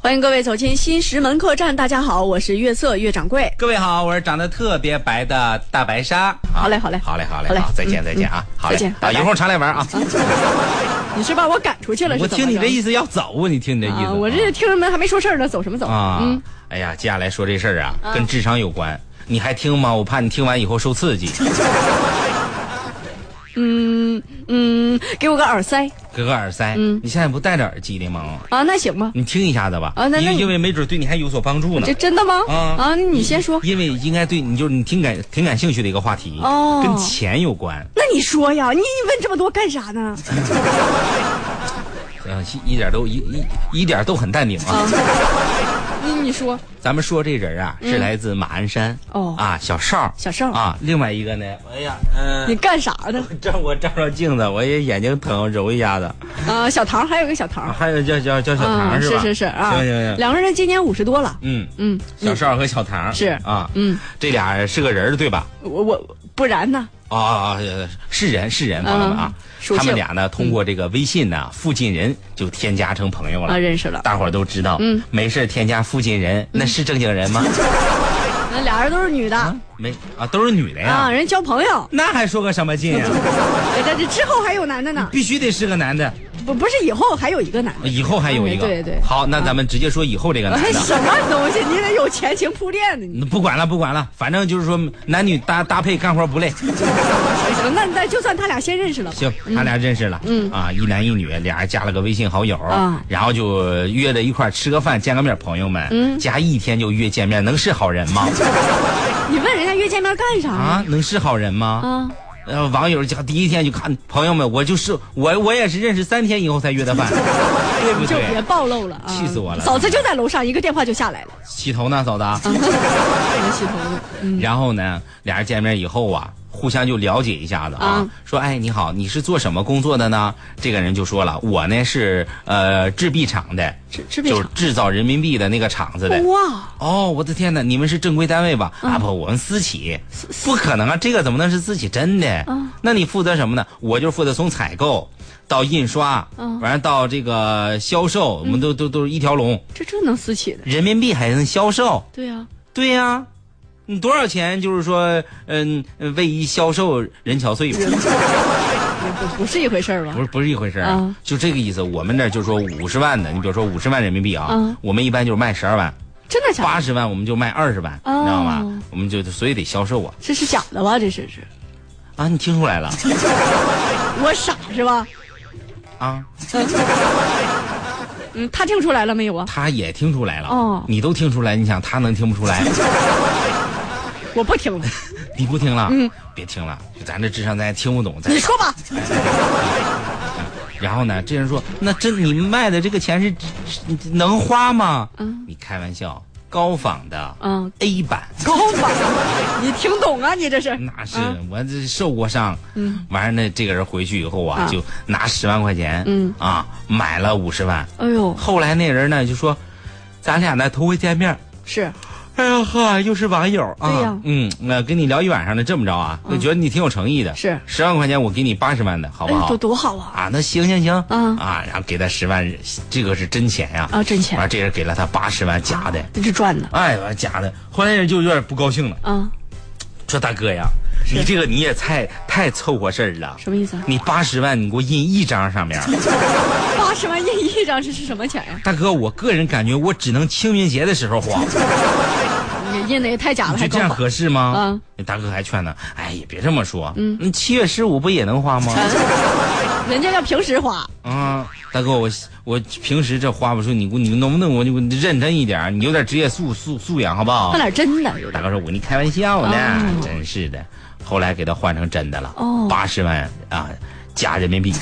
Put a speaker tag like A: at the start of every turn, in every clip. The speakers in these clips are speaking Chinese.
A: 欢迎各位走进新石门客栈。大家好，我是月色月掌柜。
B: 各位好，我是长得特别白的大白鲨。啊
A: 好嘞好嘞
B: 好嘞，好嘞，
A: 好嘞
B: 再见，
A: 嗯
B: 再见啊，好嘞，
A: 再见拜
B: 啊，
A: 拜
B: 有空常来玩啊。
A: 你是把我赶出去了？
B: 我
A: 是怎么
B: 听你
A: 着
B: 这意思要走啊，你听你这意思
A: 啊，，我这听着门还没说事儿呢，走什么走？
B: 啊
A: 嗯，，
B: 哎呀，接下来说这事儿啊，跟智商有关，你还听吗？我怕你听完以后受刺 激。
A: 嗯，给我个耳塞
B: 给个耳塞，
A: 嗯
B: 你现在不戴着耳机的吗？
A: 啊，那行吗？
B: 你听一下子吧，
A: 啊那
B: 因
A: 那
B: 为
A: 你
B: 因为没准对你还有所帮助呢
A: 这。真的吗？
B: 啊
A: 啊，你先说，
B: 因为应该对你就是你挺感挺感兴趣的一个话题，
A: 哦
B: 跟钱有关，
A: 那你说呀，你问这么多干啥呢？
B: 嗯、一一点都一一一点都很淡定啊。
A: 啊，你啊你说，
B: 咱们说这人啊，是来自马鞍山、
A: 嗯哦
B: 啊，小邵，
A: 小邵
B: 啊，另外一个呢，哎呀，嗯、
A: 你干啥呢？
B: 这我照照镜子，我也眼睛疼，揉一下子。
A: 啊，小唐还有一个小唐
B: 啊，，还有叫叫叫小唐、
A: 啊，
B: 是
A: 是
B: 吧？
A: 是是啊，
B: 行行行，
A: 两个人今年五十多了，
B: 嗯，
A: 嗯，
B: 小邵和小唐
A: 是
B: 啊，
A: 嗯，
B: 这俩是个人儿对吧？
A: 我我不然呢？
B: 啊啊啊！是人是人，朋友们啊
A: 嗯，属性
B: 他们俩呢通
A: 嗯
B: 过这个微信呢，附近人就添加成朋友了，
A: 啊认识了
B: 大伙儿都知道，嗯，没事儿添加附近人，
A: 嗯
B: 那是正经人吗？
A: 那俩人都是女的
B: 啊，没啊，都是女的
A: 嗯啊，
B: 呀，
A: 人交朋友，
B: 那还说个什么劲呀？
A: 哎，但是之后还有男的呢，
B: 必须得是个男的，
A: 不不是以后还有一个男的。
B: 以后还有一个，
A: 哎对对
B: 好，那咱们直接说以后这个男
A: 哎，
B: 的。
A: 什么东西？你得有前情铺垫的。你
B: 嗯不管了，不管了，反正就是说男女搭搭配干活不累。
A: 嗯行行，那那就算他俩先认识了吧。
B: 行，他俩认识了，嗯啊，一男一女，俩人加了个微信好友，
A: 啊
B: 然后就约着一块儿吃个饭、见个面，朋友们，嗯，加一天就约见面，能是好人吗？
A: 你问人家约见面干啥呢？
B: 啊，能是好人吗？
A: 啊，
B: 呃，网友就第一天就看，朋友们，我就是我，我也是认识三天以后才约的 饭，对不
A: 就别
B: 对？
A: 暴露了啊！
B: 气死我了
A: 嫂子就在楼上，一个电话就下来了。
B: 洗头呢，嫂子。
A: 啊，没洗头呢。
B: 然后呢，俩人见面以后啊，互相就了解一下子啊，
A: 啊
B: 说哎你好，你是做什么工作的呢？这个人就说了，我呢是呃制币厂的，
A: 制制币厂
B: 就是制造人民币的那个厂子的。
A: 哇，
B: 哦，我的天哪！你们是正规单位吧？
A: 嗯
B: 啊不，我们私企，不可能啊！这个怎么能是私企？真的？
A: 嗯
B: 那你负责什么呢？我就负责从采购到印刷，
A: 嗯
B: 完了到这个销售，我们都都都是一条龙，
A: 这这能私企的？
B: 人民币还能销售？
A: 对啊呀，
B: 对呀、你多少钱？就是说，嗯，为一销售人憔悴，
A: 不不是一回事儿吧
B: 不？是不是一回事儿、
A: 啊
B: 就这个意思。我们这儿就说五十万的，你比如说五十万人民币啊，
A: 嗯
B: 我们一般就是卖十二万，
A: 真的假
B: 八
A: 的？
B: 十万我们就卖二十万，
A: 哦
B: 你知道吗？我们就所以得销售啊
A: 这是假的吧？这是是，
B: 啊！你听出来了
A: 我傻是吧？
B: 啊？
A: 嗯，他听出来了没有啊？
B: 他也听出来了，
A: 哦
B: 你都听出来，你想他能听不出来？
A: 我不听了，
B: 你不听了？嗯，别听了，咱这智商咱也听不懂，咱
A: 你说 吧。
B: 然后呢，这人说：“那这你卖的这个钱是是能花吗？”
A: 嗯
B: 你开玩笑，高仿的，
A: 嗯
B: ，A 版，
A: 高仿，你听懂啊？你这是？
B: 那是、
A: 啊
B: 我这受过伤。嗯，完了呢，这个人回去以后啊，
A: 啊
B: 就拿十万块钱，
A: 嗯
B: 啊，买了五十万。
A: 哎呦，
B: 后来那人呢就说：“咱俩呢头回见面。”
A: 是
B: 哎呀呵，又是网友啊！
A: 对呀嗯
B: 嗯，那、跟你聊一晚上呢，这么着啊，我、觉得你挺有诚意的，
A: 是
B: 十万块钱我给你八十万的，好
A: 哎
B: 不好？
A: 多多好啊！
B: 啊，那行行行，
A: 嗯
B: 啊，然后给他十万，这个是真钱呀、
A: 啊，真钱
B: 完、，这人给了他八十万假的，
A: 这是赚的
B: 哎，完假的，后来人就有点不高兴了，
A: 啊？
B: 说大哥呀，你这个你也太太凑合事儿了，
A: 什么意思啊？
B: 你八十万你给我印一张上面，
A: 八十万印一张，这是什么钱呀、
B: 大哥，我个人感觉我只能清明节的时候花，
A: 你印的也太假了，
B: 你
A: 还
B: 觉得这
A: 高
B: 样
A: 仿。
B: 合适吗？
A: 嗯
B: 那大哥还劝他，哎，也别这么说，嗯，七月十五不也能花吗？
A: 人家要平时花，
B: 啊，大哥，我我平时这花不出，你给我你能不能我就认真一点儿，你有点职业素素素养好不好
A: 那？点真的有
B: 大
A: 点。
B: 哥说：“我你开玩笑呢，
A: 哦
B: 真是的。”后来给他换成真的了
A: 哦，
B: 八十、万啊，假人民币。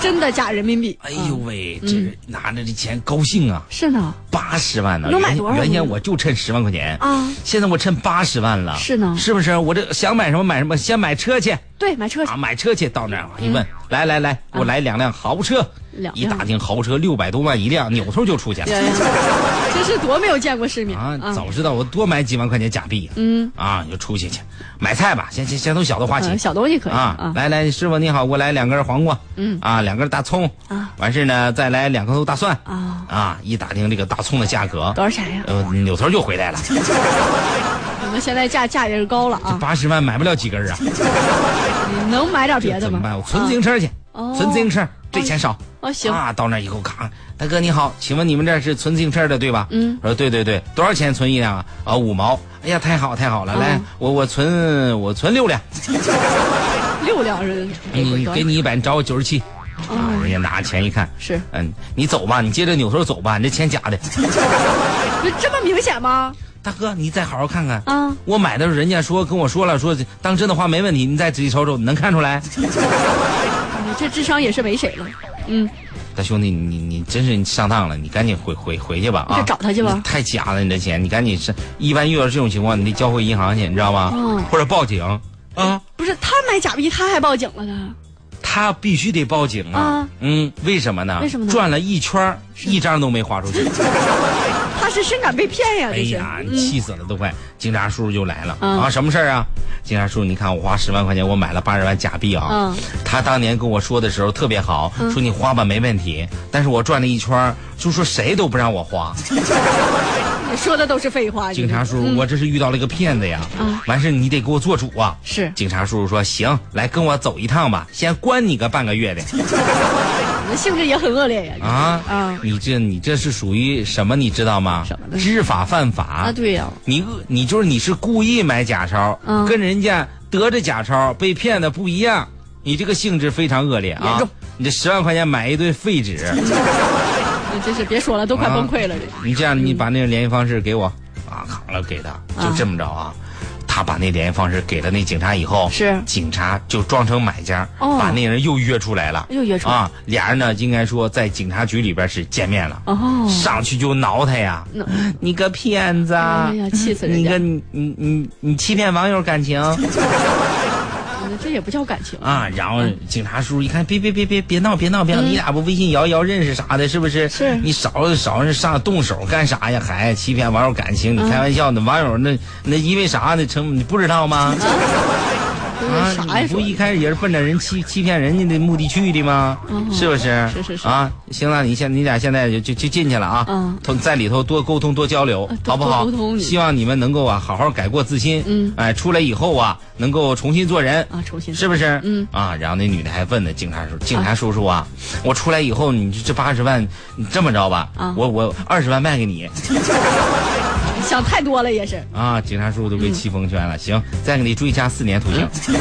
A: 真的假人民币。
B: 哎呦喂，
A: 嗯
B: 这个拿着这钱高兴啊，
A: 是呢，
B: 八十万呢、
A: 能买
B: 原
A: 多少
B: 原先
A: 呢
B: 我就趁十万块钱
A: 啊
B: 现在我趁八十万了。
A: 是呢
B: 是不是？我这想买什么买什么，先买车去。
A: 对，买车去
B: 啊， 买车去，到那儿一问，来来来，我来两辆豪车，
A: 嗯啊两辆
B: 一打听豪车六百多万一辆，扭头就出去了。
A: 呀呀呀真是多没有见过世面
B: 啊，早知道我多买几万块钱假币呀、嗯，啊，就出去去买菜吧，先先先从小的花起。
A: 嗯小东西可以
B: 啊
A: 啊，，
B: 来来，师傅你好，给我来两根黄瓜，
A: 嗯，
B: 啊，两根大葱，
A: 啊，
B: 完事呢再来两头大蒜，
A: 啊，
B: 啊，一打听这个大葱的价格
A: 多少钱呀？
B: 呃，扭头就回来了，
A: 你们现在价价也是高了啊，
B: 八十万买不了几根儿啊，
A: 你能买点别
B: 这
A: 的
B: 怎么办？
A: 吗
B: 我？存自行车去，
A: 哦
B: 存自行车，这钱少。
A: 哦，行，
B: 啊，到那儿以后，咔，大哥你好，请问你们这儿是存自行车的对吧？嗯，我说对对对，多少钱存一辆啊？啊，五毛。哎呀，太好太好了，
A: 哦
B: 来，我我存我存六辆，
A: 六辆是，
B: 你给你一百，你找我九十七。啊，
A: 哦
B: 人家拿钱一看，
A: 是
B: 嗯，你走吧，你接着扭头走吧，你这钱假的。
A: 不是这么明显吗？
B: 大哥，你再好好看看。
A: 啊，
B: 我买的时候，人家说跟我说了，说当真的话没问题，你再仔细瞅瞅，你能看出来？
A: 你这智商也是没谁了。嗯
B: 大兄弟，你你真是你上当了，你赶紧回回回去吧啊！
A: 你找他去吧
B: 你太假了，你这钱，你赶紧是，一般遇到这种情况，你得交回银行去，你知道吗？
A: 嗯
B: 或者报警啊，
A: 不是他买假币，他还报警了呢。
B: 他必须得报警啊！
A: 啊
B: 嗯，为什么呢？
A: 为什么呢
B: 转了一圈儿，一张都没花出去。
A: 他是深感被骗呀，
B: 哎
A: 这是。
B: 呀，你气死了都快！警察叔叔就来了
A: 嗯
B: 啊，什么事儿啊？警察叔叔，你看我花十万块钱，我买了八十万假币啊
A: 嗯。
B: 他当年跟我说的时候特别好，说你花吧没问题，但是我转了一圈儿，就说谁都不让我花。
A: 哎你说的都是废话。
B: 警察
A: 嗯
B: 叔叔，我这是遇到了一个骗子呀！完事你得给我做主啊！
A: 是
B: 警察叔叔说：“行，来跟我走一趟吧，先关你个半个月的
A: 你性质也很恶劣呀。
B: 啊！
A: 啊
B: 你这你这是属于什么？你知道吗？
A: 什么呢
B: 知法犯法
A: 啊，对呀，
B: 你恶你就是你是故意买假钞，
A: 嗯
B: 跟人家得着假钞被骗的不一样，你这个性质非常恶劣啊
A: 严重！
B: 你这十万块钱买一堆废 纸，
A: 你真是别说了，都
B: 啊
A: 快崩溃了。这
B: 你这样，你把那个联系方式给我，啊，好了，给他，
A: 嗯
B: 就这么着啊。他把那联系方式给了那警察以后，
A: 是
B: 警察就装成买家，
A: 哦
B: 把那人又约出来了，
A: 又约出来
B: 啊，俩人呢应该说在警察局里边是见面了，
A: 哦
B: 上去就挠他呀
A: 挠，
B: 你个骗子，啊
A: 哎呀气死人
B: 你
A: 家
B: 个你你你你欺骗网友感 情
A: 这也不叫感情。
B: 啊！然后警察叔叔一看，别别别别别闹别闹别闹，你俩不微信摇一摇认识啥的，是不是？
A: 嗯是
B: 你少少上动手干啥呀？还欺骗网友感情？你开玩笑呢？网友那那因为啥呢？成你不知道吗？
A: 都是啥呀？
B: 啊你不
A: 说
B: 一开始也是奔着人欺欺骗人家的目的去的吗？是不是？
A: 嗯是是是
B: 啊，行了，你现你俩现在就就就进去了啊。
A: 嗯
B: 同，在里头多沟通多交流
A: 呃，多
B: 好不好
A: 多沟通？
B: 希望你们能够啊好好改过自新。
A: 嗯，
B: 哎，出来以后啊能够重新做人。
A: 啊，重新
B: 是不是？
A: 嗯
B: 啊，然后那女的还问呢，警察叔，警察叔叔啊，我出来以后，你这八十万，你这么着吧，
A: 啊
B: 我我二十万卖给你
A: 想太多了，也是。
B: 啊，警察叔叔都
A: 嗯
B: 被气疯圈了，行，再给你追加四年徒刑。
C: 路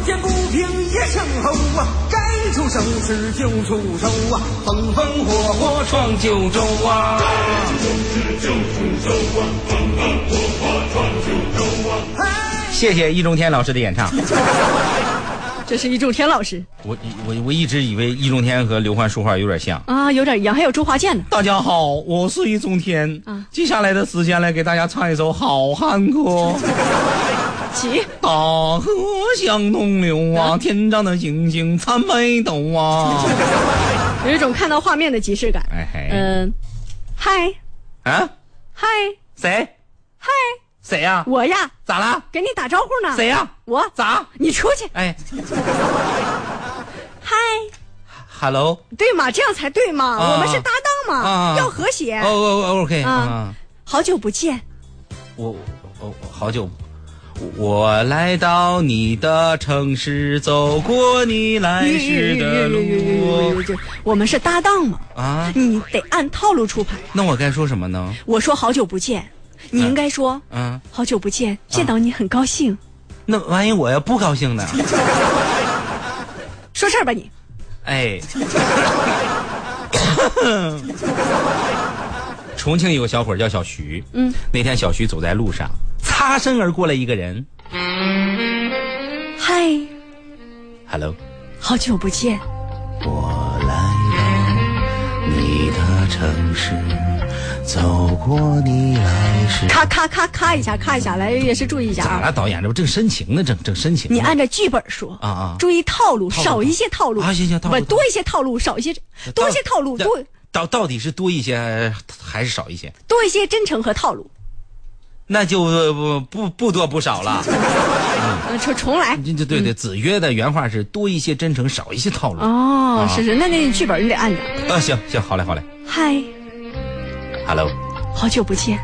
C: 见不平一声吼啊，该出手时就出手啊，风风火火闯九州啊。
B: 谢谢易中天老师的演唱。
A: 这是易中天老师
B: 我我我一直以为易中天和刘欢说话有点像。
A: 啊，有点一样，还有周华健呢。
B: 大家好，我是易中天。
A: 啊
B: 接下来的时间来给大家唱一首好汉歌。
A: 起，
B: 大河向东流啊，天上的星星参北斗啊。
A: 有一种看到画面的即视感。
B: 哎嘿，
A: 嗯，嗨
B: 啊，
A: 嗨
B: 谁
A: 呃嗨，啊
B: 谁呀、
A: 我呀，
B: 咋啦？
A: 给你打招呼呢。
B: 谁？呀、
A: 我。
B: 咋？
A: 你出去。
B: 哎
A: 嗨，
B: ，Hello，
A: 对嘛，这样才对嘛。
B: 啊
A: 我们是搭档嘛，
B: 啊
A: 要和谐。
B: 哦哦哦，OK
A: 啊
B: 啊，
A: 好久不见，
B: 我我我好久。我来到你的城市，走过你来时的路
A: 就我们是搭档嘛，
B: 啊。
A: 你得按套路出牌。
B: 那我该说什么呢？
A: 我说好久不见，你应该说、
B: 啊，
A: 好久不见，见到你很高兴。
B: 那万一我要不高兴呢？
A: 说事儿吧你，
B: 哎，重庆有个小伙儿叫小徐，嗯，那天小徐走在路上，擦身而过来一个人
A: 嗨，
B: ，Hello，
A: 好久不见，
B: 我来到你的城市，走过你来时。
A: 咔咔咔咔一下，咔一下，来也是注意一下
B: 咋
A: 啊。
B: 了，导演？这不正深情呢，正正深情呢。
A: 你按照剧本说
B: 啊啊
A: 注意套路，
B: 套路
A: 少一些套路
B: 啊行行套路
A: 不
B: 套路
A: 多一些套路，少一些多一些套路，
B: 到
A: 多
B: 到到底是多一些还是少一些？
A: 多一些真诚和套路。
B: 那就呃不不不多不 少了。
A: 呃，重重来
B: 这这对对，子曰的原话是多一些真诚，少一些套路。
A: 哦
B: 啊，
A: 是是，那那你剧本你得按着。
B: 啊，行行，好嘞好嘞。
A: 嗨，
B: Hello，
A: 好久不见，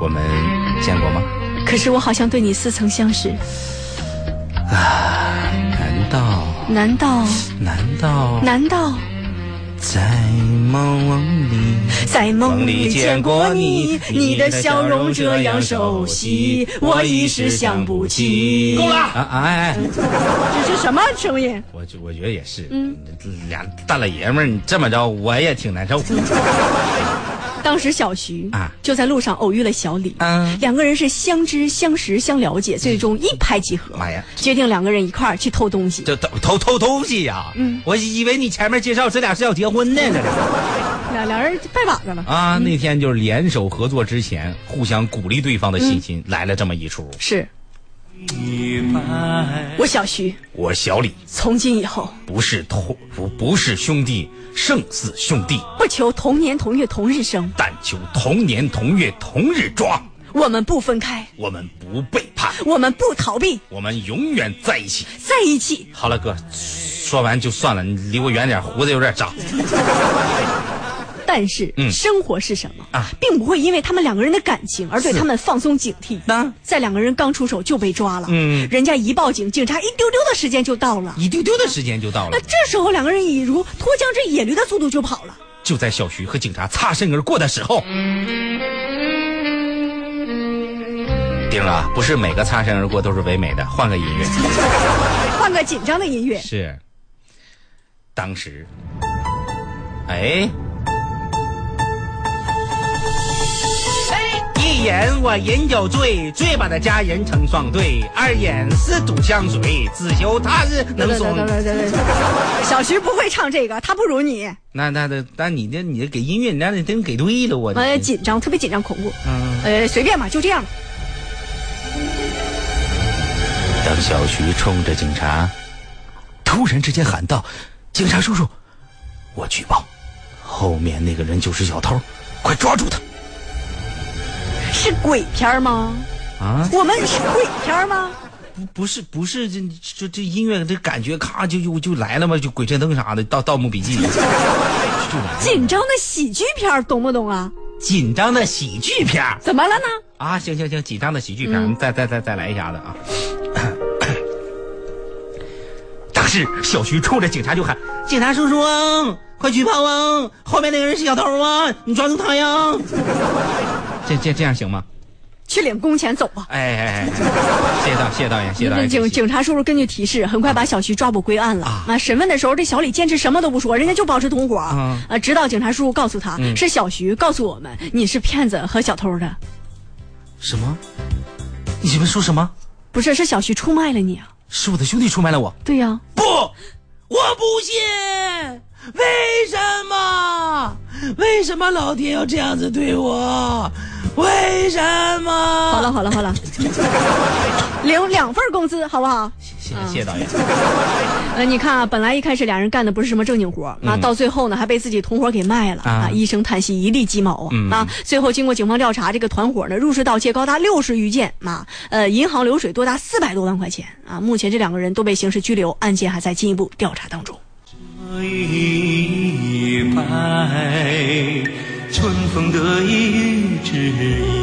B: 我们见过吗？
A: 可是我好像对你似曾相识，
B: 难道
A: 难道
B: 难道
A: 难道
B: 在梦里？
A: 在梦里见过你，你的笑容这样熟悉，我一时想不起。
B: 够了！啊哎哎，
A: 这是什么声音？
B: 我觉我觉得也是，嗯俩大老爷们儿，你这么着我也挺难受。
A: 当时小徐
B: 啊
A: 就在路上偶遇了小李，
B: 嗯
A: 两个人是相知、相识、相了解，最终一拍即合。
B: 妈呀
A: 决定两个人一块儿去偷东西。
B: 这偷偷偷东西呀、我以为你前面介绍这俩是要结婚呢，这俩
A: 俩俩人拜把子了。
B: 啊，那天就是联手合作之前，互相鼓励对方的信心，来了这么一出。
A: 是我小徐，
B: 我小李
A: 从今以后
B: 不是同不不是兄弟，胜似兄弟，
A: 不求同年同月同日生，
B: 但求同年同月同日壮。
A: 我们不分开，
B: 我们不背叛，
A: 我们不逃避，
B: 我们永远在一起。
A: 在一起。
B: 好了，哥，说完就算了，你离我远点，胡子有点长。
A: 但是，
B: 嗯
A: 生活是什么
B: 啊
A: 并不会因为他们两个人的感情而对
B: 是
A: 他们放松警惕。
B: 那
A: 在两个人刚出手就被抓了，
B: 嗯
A: 人家一报警，警察一丢丢的时间就到了。
B: 一丢丢的时间就到了
A: 那。这时候，两个人以如脱缰之野驴的速度就跑了。
B: 就在小徐和警察擦身而过的时候，丁儿啊，不是每个擦身而过都是唯美的，换个音乐
A: 换个紧张的音乐，
B: 是。 当时，哎，哎一眼我饮酒醉，醉把他佳人成双对；二眼是赌香水，只求他日能松。
A: 对对对，小徐不会唱这个，他不如你。
B: 那那那，那你这你这给音乐，你让你真给对了我。
A: 哎，紧张，特别紧张，恐怖。
B: 嗯。
A: 呃，随便吧，就这样。
B: 当小徐冲着警察，突然之间喊道：“警察叔叔，我举报，后面那个人就是小偷，快抓住他
A: 是鬼片吗？！”
B: 啊，
A: 我们是鬼片吗？
B: 不不是不是，这这这音乐这感觉咔就就就来了嘛，就鬼吹灯啥的，《盗盗墓笔记》就来了。
A: 紧张的喜剧片儿，懂不懂啊？
B: 紧张的喜剧片儿
A: 怎么了呢？
B: 啊，行行行，紧张的喜剧片儿，你再再再再来一下子啊！ 当时小徐冲着警察就喊：“警察叔叔啊，快举报啊！后面那个人是小偷啊，你抓住他呀！”这这这样行吗？
A: 去领工钱走吧。
B: 哎哎哎哎，谢谢导，谢谢导演，谢谢导演。
A: 警
B: 谢谢
A: 警察叔叔根据提示，很快把小徐抓捕归案了。
B: 啊
A: 啊，审问的时候，这小李坚持什么都不说，人家就保持同伙。
B: 啊
A: 啊，直到警察叔叔告诉他、
B: 嗯
A: 是小徐告诉我们你是骗子和小偷的，
B: 什么？你们说什么？
A: 不是是小徐出卖了你啊？
B: 是我的兄弟出卖了我？
A: 对呀、
B: 不，我不信！为什么？为什么老天要这样子对我？为什么？
A: 好了，好了好 了，领两份工资好不好？
B: 谢谢谢谢导演。
A: 呃，你看啊，本来一开始俩人干的不是什么正经活儿啊，到最后呢还被自己同伙给卖了
B: 啊
A: 啊，一声叹息，一地鸡毛啊、啊！最后经过警方调查，这个团伙呢入室盗窃高达六十余件啊，呃，银行流水多达四百多万块钱啊！目前这两个人都被刑事拘留，案件还在进一步调查当中。
C: 一拜春风得意之意。